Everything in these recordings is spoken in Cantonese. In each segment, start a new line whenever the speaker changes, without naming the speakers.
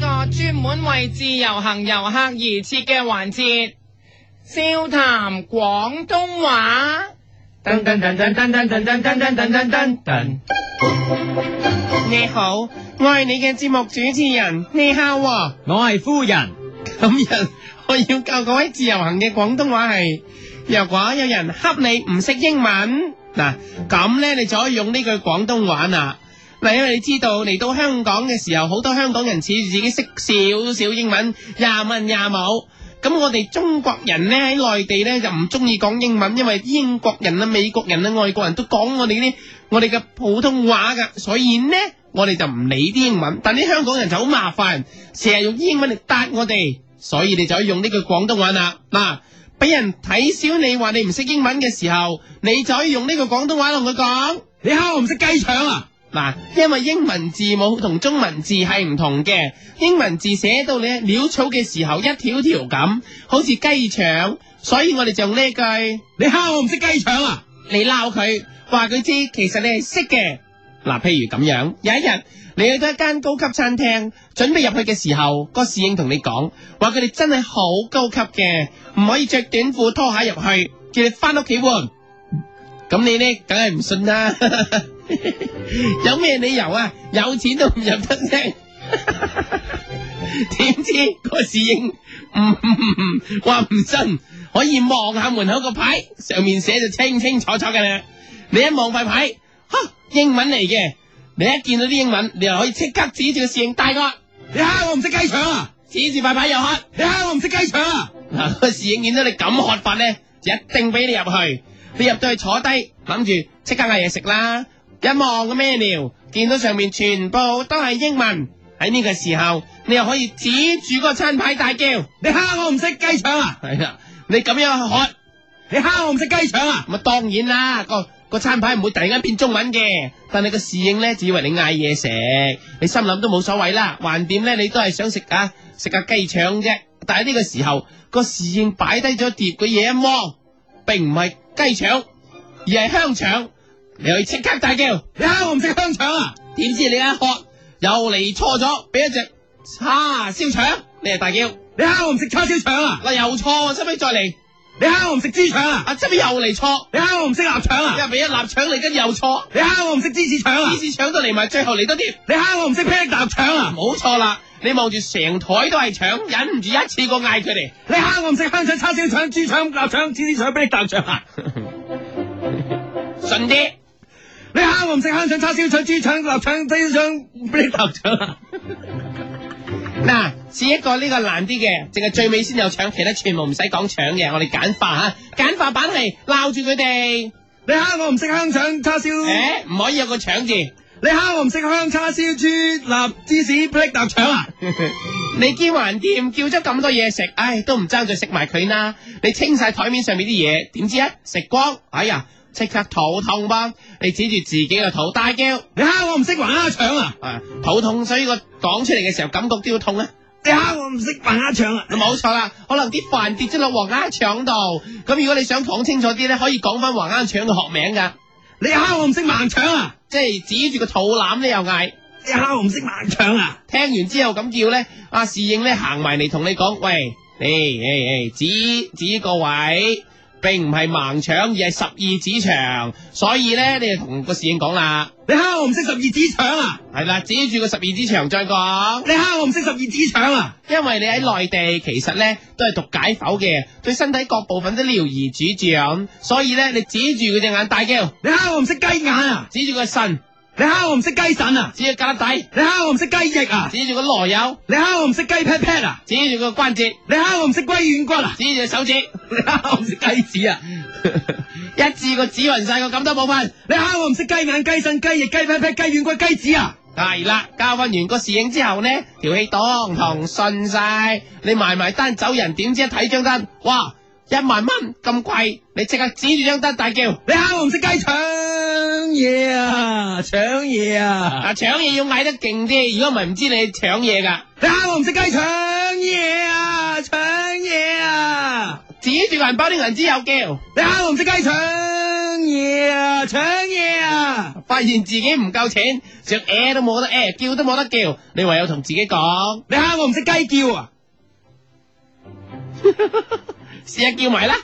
個專門為自由行遊客而設嘅環節，笑談廣東話。
噔噔噔噔噔噔噔噔噔噔噔噔噔。
你好，我係你嘅節目主持人，你好、
我係夫人，
今日我要教各位自由行嘅廣東話係，若果有人恰你唔識英文，嗱咁咧你就可以用呢句廣東話啦。嗱，因為你知道嚟到香港嘅時候，好多香港人恃住自己識少少英文，廿文廿武。咁我哋中國人咧喺內地咧就唔中意講英文，因為英國人啊、美國人啊、外國人都講我哋啲我哋嘅普通話噶，所以呢，我哋就唔理啲英文。但啲香港人就好麻煩，成日用英文嚟答我哋，所以你就可以用呢句廣東話啦。嗱，俾人睇小你話你唔識英文嘅時候，你就可以用呢句廣東話同佢講。
你蝦我唔識雞腸啊！
嗱，因為英文字母同中文字係唔同嘅，英文字寫到你潦草嘅時候一條條咁，好似雞腸，所以我哋就用呢句。
你蝦我唔識雞腸啊！
你鬧佢，話佢知其實你係識嘅。嗱，譬如咁樣，有一日你去到一間高級餐廳，準備入去嘅時候，個侍應同你講，話佢哋真係好高級嘅，唔可以着短褲拖鞋入去，叫你翻屋企換。咁你呢，梗係唔信啦。 有咩理由啊？有錢都唔入得啫。 點知個侍應唔話唔信，可以望下門口個牌，上面寫就清清楚楚嘅啦。你一望塊牌，吓英文嚟嘅，你一見到啲英文，你就可以即刻指住個侍應大個，
你蝦我唔識雞腸啊！
指住塊牌又喝。
你蝦我唔識雞腸啊！
嗱， 個侍應見到你咁喝法咧，就一定俾你入去。你入到去坐低，諗住即刻嗌嘢食啦。一望個 menu，見到上面全部都係英文。喺呢個時候，你又可以指住個餐牌大叫，
你蝦我唔識雞腸啊！
係啦，你咁樣喝，
你蝦我唔識雞腸啊！
咁啊當然啦，個個餐牌唔會突然間變中文嘅。但係個侍應咧，只以為你嗌嘢食，你心諗都冇所謂啦。橫掂咧，你都係想食啊食下雞腸啫。但係呢個時候，個侍應擺低咗碟嘅嘢一望，並唔係雞腸，而係香腸。你去即刻大叫。
你蝦我唔識香腸啊！
點知你一喝又嚟錯咗，俾一隻叉燒腸，你係大叫，
你蝦我唔識叉燒腸啊！
嗱又錯，使唔使再嚟？
你蝦我唔識豬腸啊！
啊，使唔使又嚟錯？
你蝦我唔識臘腸
又
啊！
俾一臘腸你，跟住又錯，
你蝦我唔識芝士 腸啊
呢！次腸都嚟埋，最後嚟多啲，
你蝦我唔識劈臘腸啊！
冇錯啦！你望住成台都係腸，忍唔住一次過嗌佢哋，
你蝦我唔食香腸、叉燒腸、豬腸、臘腸、芝士腸、俾你臘腸啊！
順啲。
你蝦我唔食香腸、叉燒腸、豬腸、臘腸、芝士腸，俾你臘腸啊！
嗱，試一個呢個難啲嘅，淨係最尾先有腸，其他全部唔使講腸嘅，我哋簡化吓，簡化版係鬧住佢哋，
你蝦我唔食香腸、叉燒，
誒、唔可以有個腸字。
你蝦我唔食香叉燒、豬臘芝士，俾你臘腸啊！
你兼橫掂叫咗咁多嘢食，唉，都唔爭再食埋佢啦。你清晒台面上面啲嘢，點知啊食光，哎呀，即刻肚痛噃！你指住自己個肚大叫，
你蝦我唔識橫蝦腸啊！
啊，肚痛，所以我講出嚟嘅時候感覺都要痛啊！
你蝦我唔識橫蝦腸啊！
冇錯啦，可能啲飯跌咗落黃鴨腸度，咁如果你想講清楚啲咧，可以講翻黃鴨腸嘅學名噶，
你蝦我唔識盲腸啊！
即係指住個肚腩咧又嗌。
你蝦我唔識盲腸啊！
聽完之後咁叫咧，阿侍應咧行埋嚟同你講：，喂，誒誒誒，指指個位，並唔係盲腸，而係十二指腸，所以咧你就同個侍應講啦，
你蝦我唔識十二指腸啊！
係啦，指住個十二指腸再講，
你蝦我唔識十二指腸啊！
因為你喺內地其實咧都係讀解剖嘅，對身體各部分都了如指掌，所以咧你指住佢隻眼大叫，
你蝦我唔識雞眼啊！
指住個腎，
你蝦我唔識雞腎啊！
指住個胳肋底，
你蝦我唔識雞翼啊！
指住個籮柚，
你蝦我唔識雞 pat pat 啊！
指住個關節，
你蝦我唔識龜軟骨啊！
指住隻手指，
你蝦我唔識雞子啊！
一次過指勻晒個咁多部分。
你蝦我唔識雞眼、雞腎、雞翼、雞 pat pat、雞軟骨、雞子啊！
係啦，交翻完個侍應之後呢，條氣當堂順晒，你埋埋單走人，點知一睇張單，哇，一萬蚊咁貴，你即刻指住張單大 叫，
你蝦我唔識雞腸嘢啊！搶嘢啊！
啊搶嘢要嗌得勁啲，如果唔係唔知你搶嘢噶，
你蝦我唔識雞腸嘢啊！搶嘢啊！
指住個銀包啲銀紙又叫，
你蝦我唔識雞腸嘢嘢啊，搶嘢啊！
发现自己唔夠錢，想 a 都冇得 a 叫都冇得叫，你唯有同自己講，
你蝦我唔識雞叫啊！
試下叫埋啦，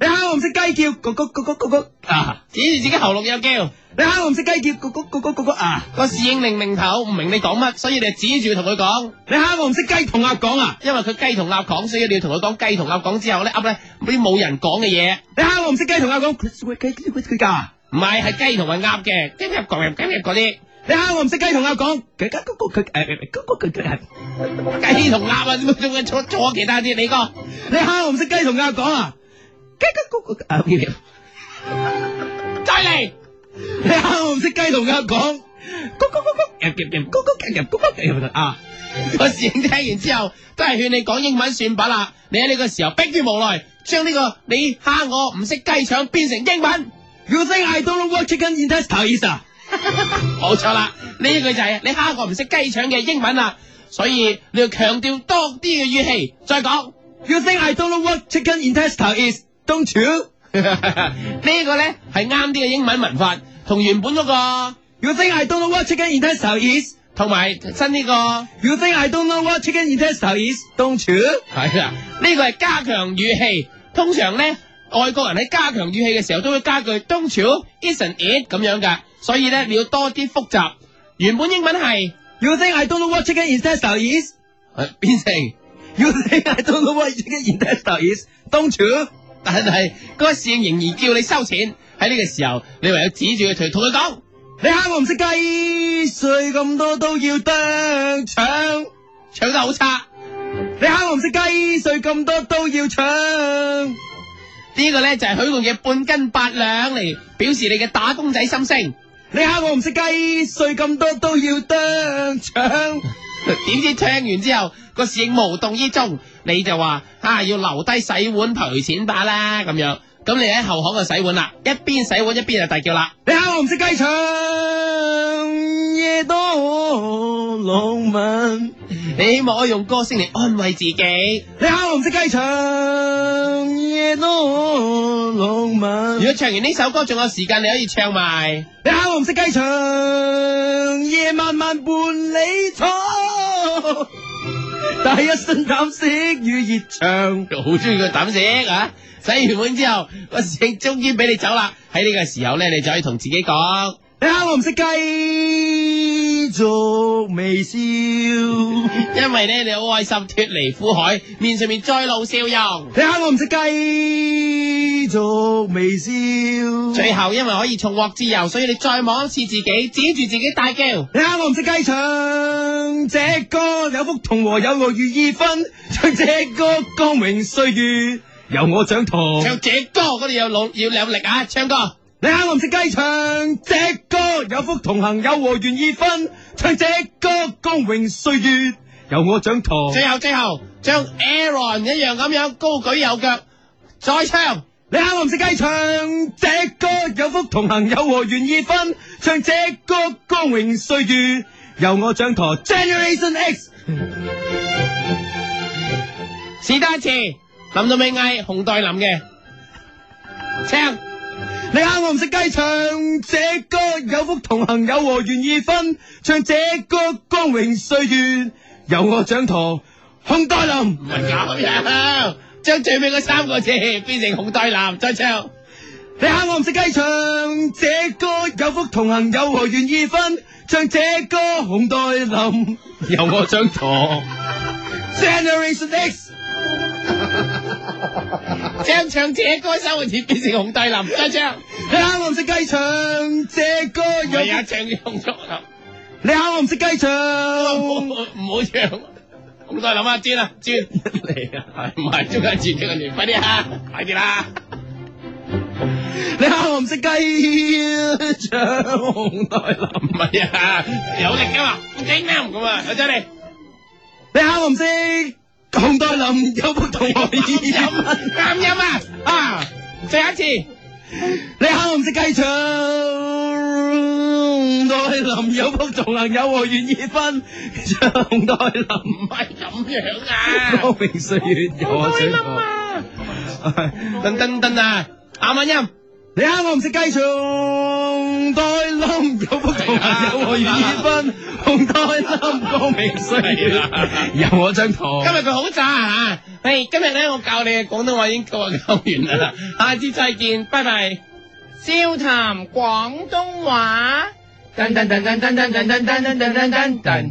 你蝦我唔識雞叫，咕咕咕咕咕咕啊！
指住自己喉嚨又叫，
你蝦我唔識雞叫，咕咕咕咕咕咕啊！
個侍應擰擰頭，唔明你講乜，所以你指住同佢講，
你蝦我唔識雞同鴨講啊！
因為佢雞同鴨講，所以你要同佢講雞同鴨講之後咧，噏咧啲冇人講嘅嘢，
你蝦我唔識雞同鴨講，佢佢佢佢佢教啊！
唔係係雞同埋鴨嘅，今日講入今日嗰啲。
你蝦我唔識雞同鴨講，佢佢佢佢誒咕咕佢佢係。
雞同鴨啊，點解仲做做其他啲？你講
你蝦我唔識雞同鴨講啊！雞雞咕咕啊！你
再嚟，
蝦我唔識雞同鴨講，咕咕咕咕誒誒咕咕誒誒咕咕誒誒啊！
個侍應聽完之後都係勸你講英文算把啦。你喺呢個時候迫於無奈，將呢、個你蝦我唔識雞腸變成英文，
You think I don't know what chicken intestine is 啊？
冇錯啦。呢一句就係你蝦我唔識雞腸嘅英文啦。所以你要強調多啲嘅語氣，再 講
You think I don't know what chicken intestine is, don't you?
呢個咧係啱啲嘅英文文法，同原本嗰、個
You think I don't know what chicken intestine is?
同埋新呢、個。
You think I don't know what chicken intestine is, don't you?
系啦，呢个系加强语气。通常咧，外国人喺加强语气嘅时候，都会加句 Don't you, isn't it 咁样噶。所以咧，你要多啲复习。原本英文系、
You think I don't know what chicken intestine is?
呃、变成，
You think I don't know what chicken intestine is, don't you?
但系嗰个侍應仍然叫你收钱。喺呢个时候，你唯有指住佢腿同佢讲，
你蝦我唔識雞碎咁多都要當搶，
唱得好差。
你蝦我唔識雞碎咁多都要搶。
呢個、呢就係許冠嘅半斤八兩嚟表示你嘅打工仔心聲。
你蝦我唔識雞碎咁多都要當搶。
點知唱完之後，個侍應無動於衷，你就話啊要留低洗碗賠錢吧啦咁樣。咁你喺後巷就洗碗啦，一邊洗碗一邊就大叫啦。
你蝦我唔識雞腸，夜多浪漫。
你莫用歌聲嚟安慰自己。
你蝦我唔識雞腸，夜多浪漫。
如果唱完呢首歌仲有時間，你可以唱埋。
你蝦我唔識雞腸，夜漫漫伴你坐，但一身膽色與熱腸。
好中意佢抌石啊！洗完碗之後，個侍應終於俾你走啦。喺呢個時候咧，你就可以同自己講。
你蝦我唔識雞，做微笑。你
因為咧，你好開心脫離苦海，面上面再露笑容。
蝦我唔識雞，做微笑。
最
你
後因為可以重獲自由，所以你再望一次自己，指住自己大叫。
蝦我唔識雞腸，這歌有福同和有樂與意分，唱這歌光榮歲月由我掌舵。
唱這歌嗰度有老要有力啊！唱歌，
你蝦我唔識雞唱這歌有福同行，有和願意分，唱這歌光榮歲月由我掌舵。
最後最後將 Aaron 一樣咁樣高舉右腳，再唱。
你蝦我唔識雞唱這歌有福同行，有和願意分，唱這歌光榮歲月由我掌舵。Generation X，
是得一次，林到尾嗌紅袋林嘅，唱
你蝦我唔識雞唱這歌有福同行，有和願意分，唱這歌光榮歲月由我掌舵。熊黛林。
唔係咁樣，將最尾嗰三個字變成紅袋林，再唱。
你蝦我唔識雞唱，這歌有福同行，有何願意分？唱這歌紅袋林，
由我掌舵，
Generation X。
將唱這歌三個字變成紅袋林，再唱。
你蝦我唔識雞唱，這歌有
係啊，
福。
唱紅咗啦，
你蝦我唔識雞
唔
唱，
好唔好唱。紅袋林啊，轉啊，轉嚟啊，係唔係中間轉中間轉，快啲啊，快啲啦！
你蝦我唔識雞唱紅袋林。
唔係啊，有力噶嘛，整啱咁啊，我真嚟，
你蝦我唔識紅袋林，有福同行，有何願意分？
啱音啊，啊，最後一次，
你蝦我唔識雞腸，紅袋林有福同行，有何願意分？唱紅袋林。
唔係咁樣
光
啊，
榮歲月有我
開
水
音
過。
à. 啊，噔噔噔啊，啱啱音，
你你啱我唔識雞腸，袋冧有福同行，有我願意分，紅袋冧光明歲月，有我張圖。
今日佢好渣啊！喂，今日咧我教你嘅廣東話已經教教完啦，下次再見，拜拜。
笑談廣東話。噔噔噔噔噔噔噔噔噔噔噔噔。